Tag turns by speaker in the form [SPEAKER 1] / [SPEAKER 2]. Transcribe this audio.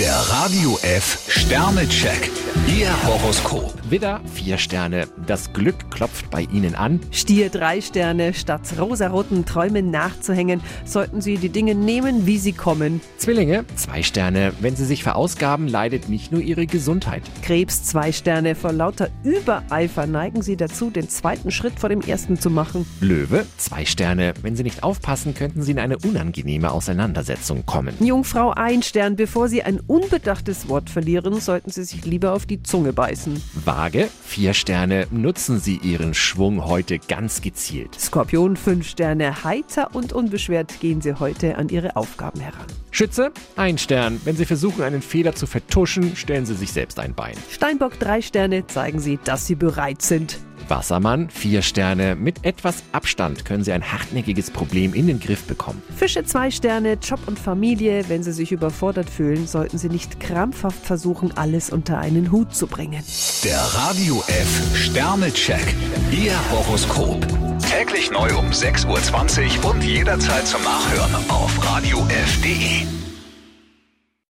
[SPEAKER 1] Der Radio F Sternecheck. Ihr Horoskop.
[SPEAKER 2] Widder, vier Sterne. Das Glück klopft bei Ihnen an.
[SPEAKER 3] Stier drei Sterne, statt rosaroten Träumen nachzuhängen, sollten Sie die Dinge nehmen, wie sie kommen.
[SPEAKER 2] Zwillinge, zwei Sterne. Wenn Sie sich verausgaben, leidet nicht nur Ihre Gesundheit.
[SPEAKER 3] Krebs zwei Sterne, vor lauter Übereifer neigen Sie dazu, den zweiten Schritt vor dem ersten zu machen.
[SPEAKER 2] Löwe, zwei Sterne. Wenn Sie nicht aufpassen, könnten Sie in eine unangenehme Auseinandersetzung kommen.
[SPEAKER 3] Jungfrau ein Stern, bevor Sie ein unbedachtes Wort verlieren, sollten Sie sich lieber auf die Zunge beißen.
[SPEAKER 2] Waage, vier Sterne. Nutzen Sie Ihren Schwung heute ganz gezielt.
[SPEAKER 3] Skorpion fünf Sterne, heiter und unbeschwert gehen Sie heute an Ihre Aufgaben heran.
[SPEAKER 2] Schütze, ein Stern. Wenn Sie versuchen, einen Fehler zu vertuschen, stellen Sie sich selbst ein Bein.
[SPEAKER 3] Steinbock drei Sterne, zeigen Sie, dass Sie bereit sind.
[SPEAKER 2] Wassermann, vier Sterne. Mit etwas Abstand können Sie ein hartnäckiges Problem in den Griff bekommen.
[SPEAKER 3] Fische zwei Sterne, Job und Familie, wenn Sie sich überfordert fühlen, sollten Sie nicht krampfhaft versuchen, alles unter einen Hut zu bringen.
[SPEAKER 1] Der Radio F Sternecheck. Ihr Horoskop. Täglich neu um 6.20 Uhr und jederzeit zum Nachhören auf Radio radiof.de.